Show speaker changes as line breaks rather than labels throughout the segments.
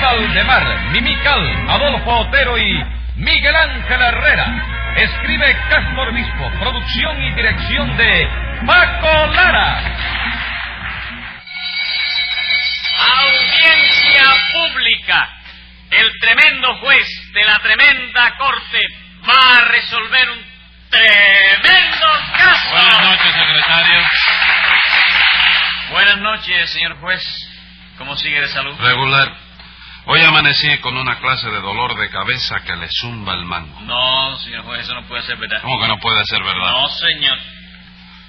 Valdemar, Mimical, Adolfo Otero y Miguel Ángel Herrera. Escribe Castro Obispo, producción y dirección de Paco Lara.
Audiencia pública. El tremendo juez de la tremenda corte va a resolver un tremendo caso.
Buenas noches, secretario.
Buenas noches, señor juez. ¿Cómo sigue de salud?
Regular. Hoy amanecí con una clase de dolor de cabeza que le zumba el mango.
No, señor juez, eso no puede ser verdad.
¿Cómo que no puede ser verdad?
No, señor.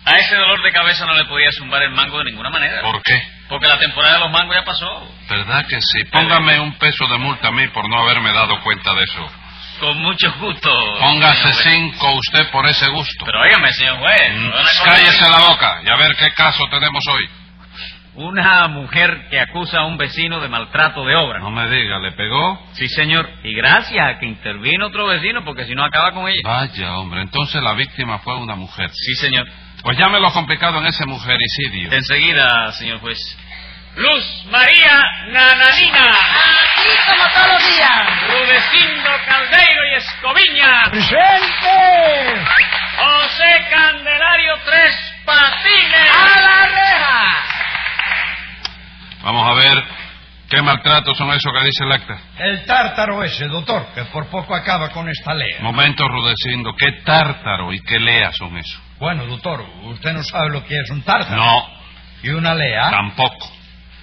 A ese dolor de cabeza no le podía zumbar el mango de ninguna manera.
¿Por qué?
Porque la temporada de los mangos ya pasó.
¿Verdad que sí? Póngame un peso de multa a mí por no haberme dado cuenta de eso.
Con mucho gusto.
Póngase
señor juez.
cinco usted por ese gusto.
Pero óigame, señor juez.
Mm,
una cosa-
Cállese la boca y a ver qué caso tenemos hoy.
Una mujer que acusa a un vecino de maltrato de obra.
No me diga, ¿le pegó?
Sí, señor. Y gracias a que intervino otro vecino, porque si no acaba con ella.
Vaya, hombre, entonces la víctima fue una mujer.
Sí, señor.
Pues ya me lo complicado en ese mujericidio.
Enseguida, señor juez. Luz María Nananina,
Aquí como todos los días.
Rudecindo Caldeiro y Escoviña,
¡Presente!
José Candelario Tres Patines.
¡A la reja!
Vamos a ver qué maltratos son esos que dice el acta.
El tártaro ese, doctor, que por poco acaba con esta lea.
Momento, Rudecindo, ¿qué tártaro y qué lea son eso?
Bueno, doctor, usted no sabe lo que es un tártaro.
No,
¿Y una lea?
tampoco.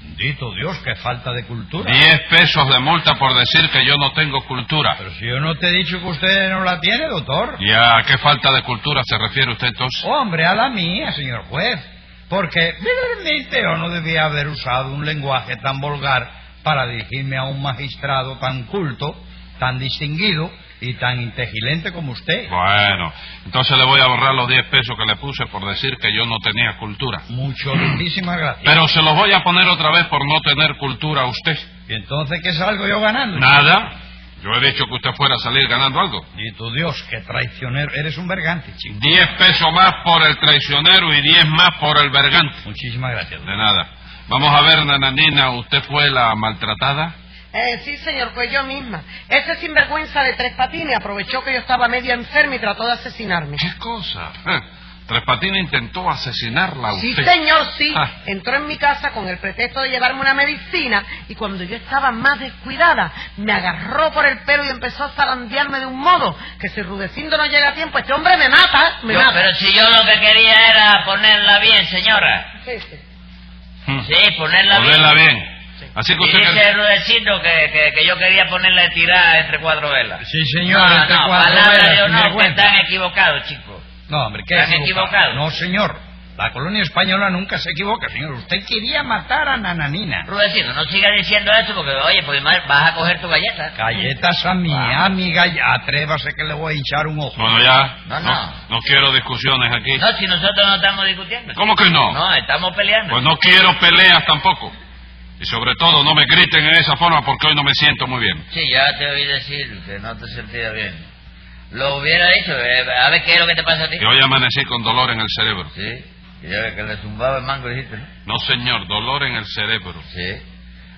Bendito Dios, qué falta de cultura.
Diez pesos de multa por decir que yo no tengo cultura.
Pero si yo no te he dicho que usted no la tiene, doctor.
¿Y a qué falta de cultura se refiere usted entonces?
Hombre, a la mía, señor juez. Porque realmente yo no debía haber usado un lenguaje tan vulgar para dirigirme a un magistrado tan culto, tan distinguido y tan inteligente como usted.
Bueno, entonces le voy a borrar los diez pesos que le puse por decir que yo no tenía cultura.
Mucho, lindísimas gracias.
Pero se los voy a poner otra vez por no tener cultura a usted.
¿Y entonces qué salgo yo ganando?
Nada. Yo he dicho que usted fuera a salir ganando algo.
Y tu Dios, qué traicionero. Eres un bergante, chico.
Diez pesos más por el traicionero y diez más por el vergante.
Muchísimas gracias.
De nada. Vamos a ver, nananina, ¿usted fue la maltratada?
Eh, sí, señor, pues yo misma. Ese sinvergüenza de tres patines aprovechó que yo estaba media enferma y trató de asesinarme.
¿Qué cosa? Eh, Tres Patines intentó asesinarla a
Sí,
usted.
señor, sí.
Ah.
Entró en mi casa con el pretexto de llevarme una medicina y cuando yo estaba más descuidada, me agarró por el pelo y empezó a zarandearme de un modo que si Rudecindo no llega a tiempo, este hombre me mata, me
Yo-
mata.
pero si yo lo que quería era ponerla bien, señora.
Sí, sí.
Hmm.
Sí, ponerla
Ponerla
bien.
bien. Así que
Y
usted...
dice Rudecindo que, que, que yo quería ponerla estirada entre cuatro velas.
Sí, señor.
no,
este
no,
cuadro
palabra
era
de honor, que
sinvergüenza.
están equivocados, chicos.
No, hombre, ¿qué
están equivocados.
No, señor. La colonia española nunca se equivoca, señor. Usted quería matar a Nananina.
Rudecindo, no sigas diciendo eso porque, oye, porque ma- vas a coger tu galleta.
Galletas a mi amiga. ya. Atrévase que le voy a hinchar un ojo.
Bueno, ya.
No, no.
no quiero discusiones aquí.
No, si nosotros no estamos discutiendo.
¿Cómo que no?
No, estamos peleando.
Pues no quiero peleas tampoco. Y sobre todo no me griten en esa forma porque hoy no me siento muy bien.
Sí, ya te oí decir que no te sentías bien. Lo hubiera dicho, eh, a ver qué es lo que te pasa a ti.
Y hoy amanecí con dolor en el cerebro.
Sí, y ya que le zumbaba el mango, dijiste, ¿no?
No, señor, dolor en el cerebro.
Sí.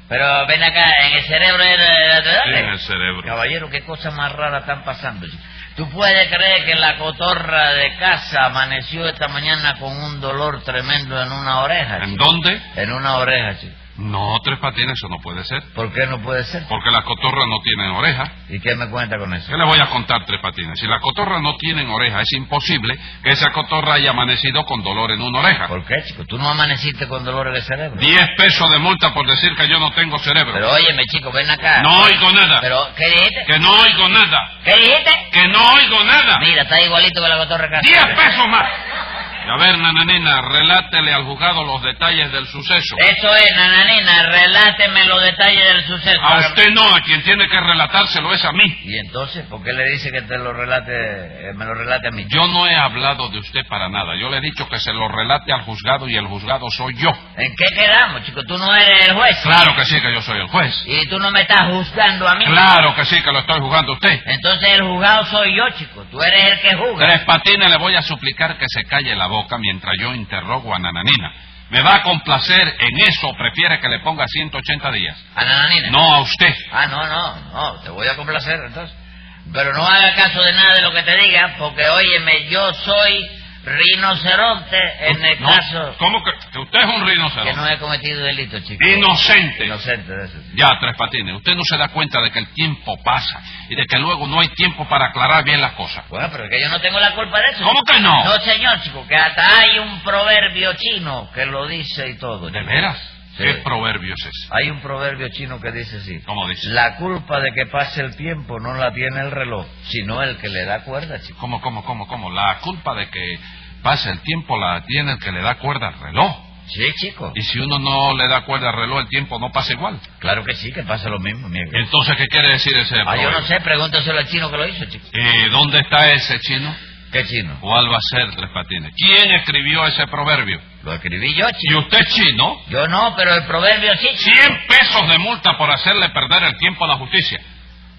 Pero ven acá, en el cerebro era, era tu edad,
Sí,
¿eh?
en el cerebro.
Caballero, qué cosas más raras están pasando. ¿Tú puedes creer que la cotorra de casa amaneció esta mañana con un dolor tremendo en una oreja?
¿En
chico?
dónde?
En una oreja, sí.
No, Tres Patines, eso no puede ser.
¿Por qué no puede ser?
Porque las cotorras no tienen orejas.
¿Y qué me cuenta con eso?
¿Qué le voy a contar, Tres Patines? Si las cotorras no tienen oreja, es imposible que esa cotorra haya amanecido con dolor en una oreja.
¿Por qué, chico? ¿Tú no amaneciste con dolor en el cerebro?
Diez pesos de multa por decir que yo no tengo cerebro.
Pero óyeme, chico, ven acá.
No oigo nada.
Pero, ¿qué dijiste?
Que no oigo nada.
¿Qué dijiste?
Que no oigo nada.
Mira, está igualito que la cotorra de casa.
Diez pesos más. Y a ver, nananina, relátele al juzgado los detalles del suceso.
Eso es, nananina, reláteme los detalles del suceso.
A usted no, a quien tiene que relatárselo es a mí.
¿Y entonces por qué le dice que te lo relate, eh, me lo relate a mí?
Yo no he hablado de usted para nada. Yo le he dicho que se lo relate al juzgado y el juzgado soy yo.
¿En qué quedamos, chico? Tú no eres el juez.
Claro que sí que yo soy el juez.
Y tú no me estás juzgando a mí.
Claro que sí que lo estoy juzgando a usted.
Entonces el juzgado soy yo, chico. Tú eres el que juzga.
Tres Patines le voy a suplicar que se calle la boca mientras yo interrogo a Nananina. ¿Me va a complacer en eso o prefiere que le ponga 180 días?
¿A Nananina?
No a usted.
Ah, no, no, no, te voy a complacer entonces. Pero no haga caso de nada de lo que te diga, porque óyeme, yo soy rinoceronte en el
No,
caso
¿Cómo que, que usted es un
que no
rinoceronte?
he cometido delito, chico.
Inocente.
Inocente de eso. sí.
Ya, Tres Patines, usted no se da cuenta de que el tiempo pasa y de que luego no hay tiempo para aclarar bien las cosas.
Bueno, pero es que yo no tengo la culpa de eso.
¿Cómo que no?
No, señor, chico, que hasta hay un proverbio chino que lo dice y todo.
¿De
chico.
veras?
Sí.
¿Qué proverbio es ese?
Hay un proverbio chino que dice así.
¿Cómo dice?
La culpa de que pase el tiempo no la tiene el reloj, sino el que le da cuerda, chico.
¿Cómo, cómo, cómo, cómo? La culpa de que pase el tiempo la tiene el que le da cuerda al reloj.
Sí, chico.
Y si uno no le da cuerda al reloj, el tiempo no pasa igual.
Claro que sí, que pasa lo mismo, mierda.
Entonces, ¿qué quiere decir ese
Ah, yo
proverbio?
no sé, pregúntaselo al chino que lo hizo, chico.
Eh, ¿Dónde está ese chino?
¿Qué chino?
¿Cuál va a ser, Tres Patines? ¿Quién escribió ese proverbio?
Lo escribí yo,
¿Y
chico.
usted chino?
Yo no, pero el proverbio sí, chico.
100 pesos de multa por hacerle perder el tiempo a la justicia.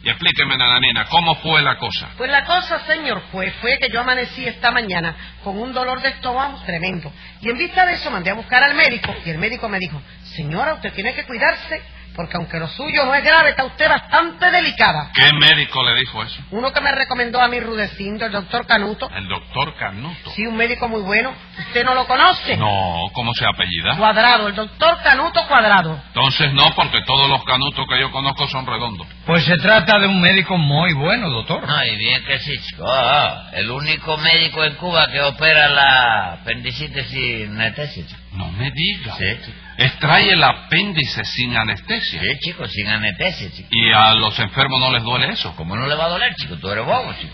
Y explíqueme, nananina, ¿cómo fue la cosa?
Pues la cosa, señor juez, fue que yo amanecí esta mañana con un dolor de estómago tremendo. Y en vista de eso mandé a buscar al médico y el médico me dijo, señora, usted tiene que cuidarse porque aunque lo suyo no es grave, está usted bastante delicada.
¿Qué médico le dijo eso?
Uno que me recomendó a mí Rudecindo, el doctor Canuto,
El doctor Canuto.
sí, un médico muy bueno, usted no lo conoce.
No, ¿cómo se apellida?
Cuadrado, el doctor Canuto Cuadrado.
Entonces no, porque todos los canutos que yo conozco son redondos.
Pues se trata de un médico muy bueno, doctor.
No, y bien que sí, chico. Ah, ah, el único médico en Cuba que opera la apendicitis sin anestesia, chico.
No me diga.
Sí, chico.
Extrae el apéndice sin anestesia.
Sí, chico, sin anestesia, chico.
Y a los enfermos no les duele eso.
¿Cómo no le va a doler, chico? Tú eres bobo, chico.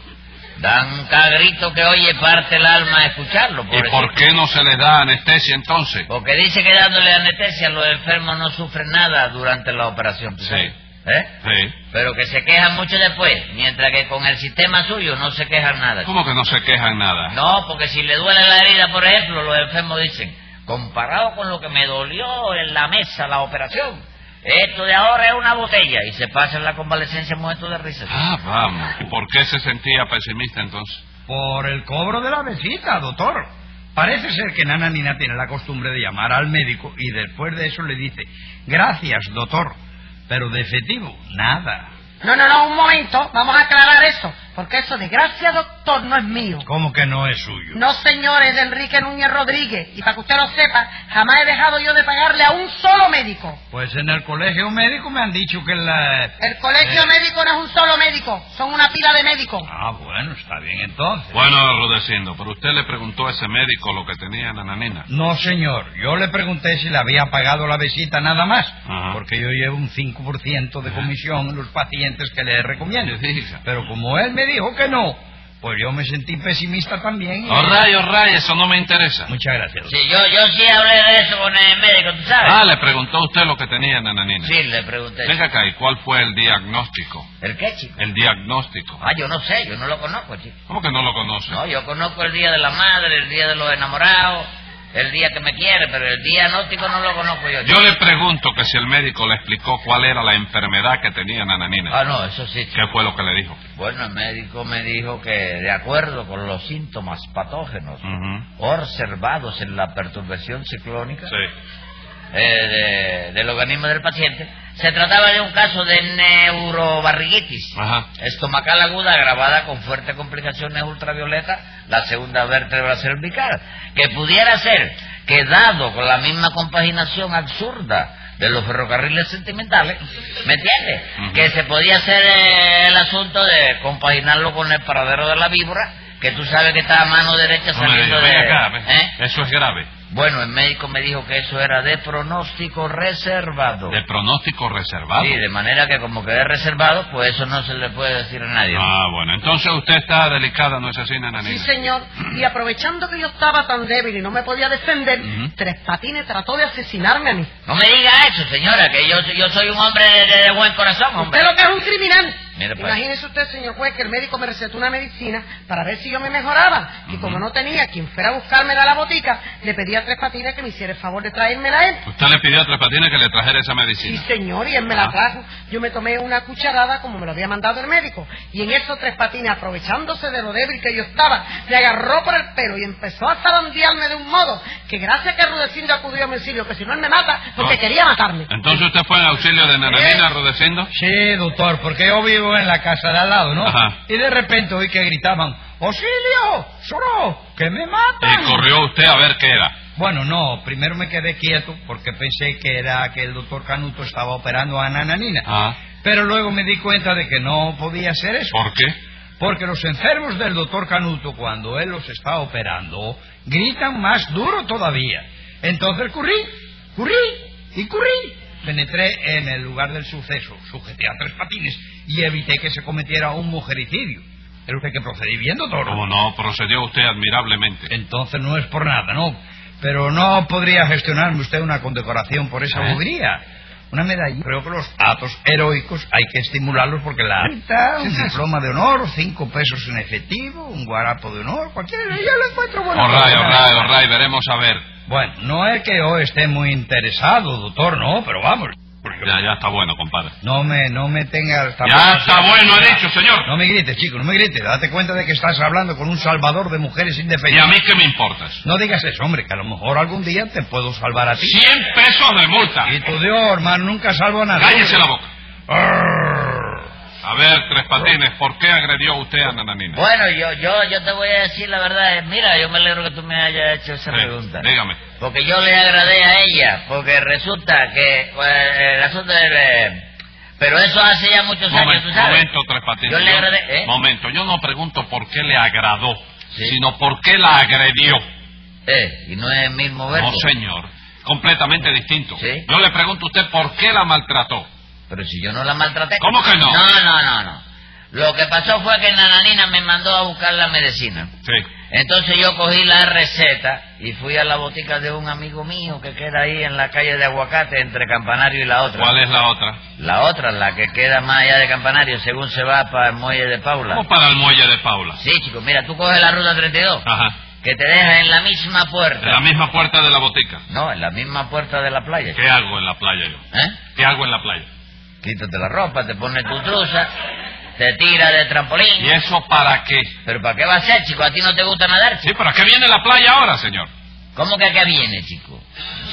Dan cada grito que oye parte el alma a escucharlo.
¿Y
pobrecito.
por qué no se les da anestesia entonces?
Porque dice que dándole anestesia los enfermos no sufren nada durante la operación. ¿tú
Sí.
sabes? ¿Eh?
Sí.
Pero que se quejan mucho después, mientras que con el sistema suyo no se quejan nada. chico.
¿Cómo que no se quejan nada?
No, porque si le duele la herida, por ejemplo, los enfermos dicen, comparado con lo que me dolió en la mesa la operación, esto de ahora es una botella. Y se pasa en la convalecencia muerto de risa. chico.
Ah, vamos. ¿Y por qué se sentía pesimista entonces?
Por el cobro de la visita, doctor. Parece ser que Nana Nina tiene la costumbre de llamar al médico y después de eso le dice, gracias, doctor, pero de efectivo, nada.
No, no, no, un momento, vamos a aclarar eso, porque eso, desgracia, doctor, no es mío.
¿Cómo que no es suyo?
No, señores, de Enrique Núñez Rodríguez. Y para que usted lo sepa, jamás he dejado yo de pagarle a un solo médico.
Pues en el colegio médico me han dicho que la...
El colegio
Eh.
médico no es un solo médico, son una pila de médicos.
Ah, bueno, está bien entonces.
Bueno, Rudecindo, pero usted le preguntó a ese médico lo que tenía Nananina.
No, señor. Yo le pregunté si le había pagado la visita nada más,
Ajá.
porque yo llevo un 5% de comisión en los pacientes que le recomiendo.
Diga.
Pero como él me dijo que no, pues yo me sentí pesimista también. y-
Oh, ray, oh, ray, eso no me interesa.
Muchas gracias.
Sí, yo, yo sí hablé de eso con el médico, ¿tú sabes?
Ah, le preguntó usted lo que tenía Nananina.
Sí, le pregunté.
Venga acá, ¿y cuál fue el diagnóstico?
¿El qué, chico?
El diagnóstico.
Ah, yo no sé, yo no lo conozco, chico.
¿Cómo que no lo conoce?
No, yo conozco el día de la madre, el día de los enamorados, el día que me quiere, pero el día gnóstico no lo conozco yo.
Yo
chico.
le pregunto que si el médico le explicó cuál era la enfermedad que tenía Nananina.
Ah, no, eso sí. chico.
¿Qué fue lo que le dijo?
Bueno, el médico me dijo que, de acuerdo con los síntomas patógenos
Ujú.
observados en la perturbación ciclónica
Sí.
eh, de- del organismo del paciente, se trataba de un caso de neurobarriguitis
Ajá.
estomacal aguda agravada con fuertes complicaciones ultravioletas, la segunda vértebra cervical, que pudiera ser que dado con la misma compaginación absurda de los ferrocarriles sentimentales, ¿me entiendes?
Ujú.
Que se podía hacer eh, el asunto de compaginarlo con el paradero de la víbora, que tú sabes que está a mano derecha
No me
saliendo
diga,
de...
venga acá, venga.
¿Eh?
Eso es grave.
Bueno, el médico me dijo que eso era de pronóstico reservado.
De pronóstico reservado.
Sí, de manera que como quedé reservado, pues eso no se le puede decir a nadie.
Ah, bueno, entonces usted está delicada, ¿no es así,
Sí,
Nananina?
señor. Y aprovechando que yo estaba tan débil y no me podía defender,
Ujú.
Tres Patines trató de asesinarme a mí.
No me diga eso, señora, que yo, yo soy un hombre de, de buen corazón,
Usted
hombre.
lo que es un criminal.
Mire, pa-
Imagínese usted, señor juez, que el médico me recetó una medicina para ver si yo me mejoraba. Y como no tenía quien fuera a buscármela a la botica, le pedí a Tres Patines que me hiciera el favor de traérmela a él.
Usted le pidió a Tres Patines que le trajera esa
Sí,
medicina.
señor, y él me
Ah.
la trajo. Yo me tomé una cucharada como me lo había mandado el médico. Y en eso Tres Patines, aprovechándose de lo débil que yo estaba, me agarró por el pelo y empezó a zarandearme de un modo que gracias a que Rudecindo acudió a mi auxilio, que si no él me mata, porque
No.
quería matarme.
Entonces usted fue en auxilio de Nananina Rudecindo.
Sí, doctor, porque yo vivo en la casa de al lado, ¿no?
Ajá.
Y de repente oí que gritaban, ¡Auxilio! ¡Soro! ¡Que me matan!
Y corrió usted a ver qué era.
Bueno, no, primero me quedé quieto porque pensé que era que el doctor Canuto estaba operando a Nananina.
Ah.
Pero luego me di cuenta de que no podía hacer eso.
¿Por qué?
Porque los enfermos del doctor Canuto, cuando él los está operando, gritan más duro todavía. Entonces corrí, corrí y corrí. Penetré en el lugar del suceso, sujeté a tres patines y evité que se cometiera un mujericidio. ¿Es usted que procedí bien, doctor?
Como no, procedió usted admirablemente.
Entonces no es por nada, ¿no? Pero no podría gestionarme usted una condecoración por esa
¿Eh?
bobería. Una medalla. Creo que los actos heroicos hay que estimularlos porque la alta, un diploma de honor, cinco pesos en efectivo, un guarapo de honor, cualquiera. Yo lo encuentro bueno.
Orray, orray, orray, veremos a ver.
Bueno, no es que yo esté muy interesado, doctor, no, pero vamos. porque
Ya, ya está bueno, compadre.
No me, no me tenga...
Ya está bueno, he dicho, señor.
No me grites, chico, no me grites. Date cuenta de que estás hablando con un salvador de mujeres
¿Y a
indefensas.
mí qué me importas?
No digas eso, hombre, que a lo mejor algún día te puedo salvar a ti.
100 pesos de multa.
Y tu Dios, hermano, nunca salvo a nadie.
Cállese la boca.
Arr.
A ver, Tres Patines, ¿por qué agredió usted a Nananina?
Bueno, yo, yo, yo te voy a decir la verdad. eh, Mira, yo me alegro que tú me hayas hecho esa
Sí,
pregunta.
dígame.
Porque yo le agradé a ella, porque resulta que eh, el asunto del... eh, pero eso hace ya muchos años,
Momento,
¿tú sabes?
momento, Tres Patines.
Yo le agrade- ¿eh?
Momento, yo no pregunto por qué le agradó,
Sí.
sino por qué la agredió.
Eh, y no es el mismo verbo.
No, señor. Completamente distinto.
Sí.
Yo le pregunto a usted por qué la maltrató.
Pero si yo no la maltraté.
¿Cómo que no?
No, no, no, no. Lo que pasó fue que Nananina me mandó a buscar la medicina.
Sí.
Entonces yo cogí la receta y fui a la botica de un amigo mío que queda ahí en la calle de Aguacate entre Campanario y la otra.
¿Cuál es la otra?
La otra, la que queda más allá de Campanario, según se va para el muelle de Paula.
Vamos para el muelle de Paula.
Sí, chicos, mira, tú coges la ruta 32,
Ajá.
que te deja en la misma
Ah. En
puerta.
la misma puerta de la botica.
No, en la misma puerta de la playa.
¿Qué hago en la playa yo?
¿Eh?
¿Qué hago en la playa?
Quítate la ropa, te pones tu truza, te tira de trampolín.
¿Y eso para qué?
¿Pero para qué va a ser, chico? ¿A ti no te gusta nadar,
Sí,
chico?
pero ¿a qué viene la playa ahora, señor?
¿Cómo que acá viene, chico?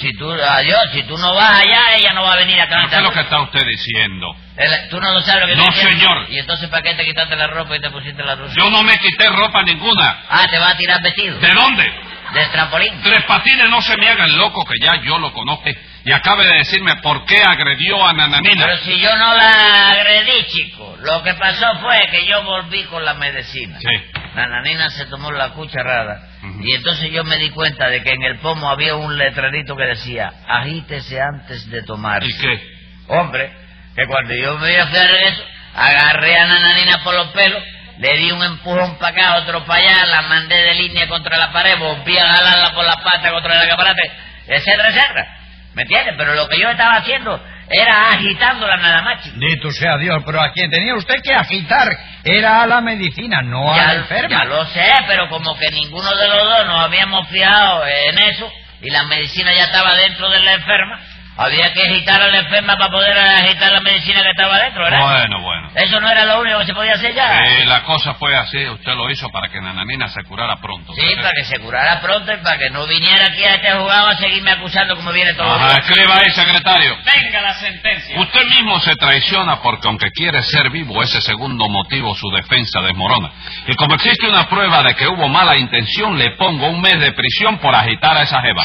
Si tú, adiós, si tú no vas allá, ella no va a venir acá.
¿Pero ¿Qué es lo que está usted diciendo?
El- ¿Tú no lo sabes lo que
No,
te estoy diciendo?
señor.
¿Y entonces para qué te quitaste la ropa y te pusiste la truza?
Yo no me quité ropa ninguna.
Ah, ¿te va a tirar vestido?
¿De dónde?
¿Del trampolín?
Tres Patines no se me hagan loco, que ya yo lo conozco. Y acabe de decirme por qué agredió a
Pero
Nananina.
si yo no la agredí, chico, lo que pasó fue que yo volví con la medicina.
Sí.
Nananina se tomó la cucharada
Ujú.
y entonces yo me di cuenta de que en el pomo había un letrerito que decía, agítese antes de tomarse.
¿Y qué?
Hombre, que cuando yo me iba a hacer eso, agarré a Nananina por los pelos, le di un empujón para acá, otro para allá, la mandé de línea contra la pared, volví a jalarla por la pata contra el acaparate, etcétera, etcétera. ¿Me entiendes? Pero lo que yo estaba haciendo era agitándola nada más, chico.
Dito sea Dios, pero a quien tenía usted que agitar era a la medicina, no a la
ya
enferma.
lo sé, pero como que ninguno de los dos nos habíamos fijado en eso y la medicina ya estaba dentro de la enferma, había que agitar a la enferma para poder agitar la medicina que estaba dentro, ¿verdad?
Bueno, bueno.
Eso no era lo único que se podía hacer ya.
Eh, la cosa fue así, usted lo hizo para que Nananina se curara pronto.
Sí, para que se curara pronto y para que no viniera aquí a este jugado a seguirme acusando como viene todo.
Ajá, escriba ahí, secretario.
Venga la sentencia.
Usted mismo se traiciona porque aunque quiere ser vivo, ese segundo motivo su defensa desmorona. Y como existe una prueba de que hubo mala intención, le pongo un mes de prisión por agitar a esa jeva.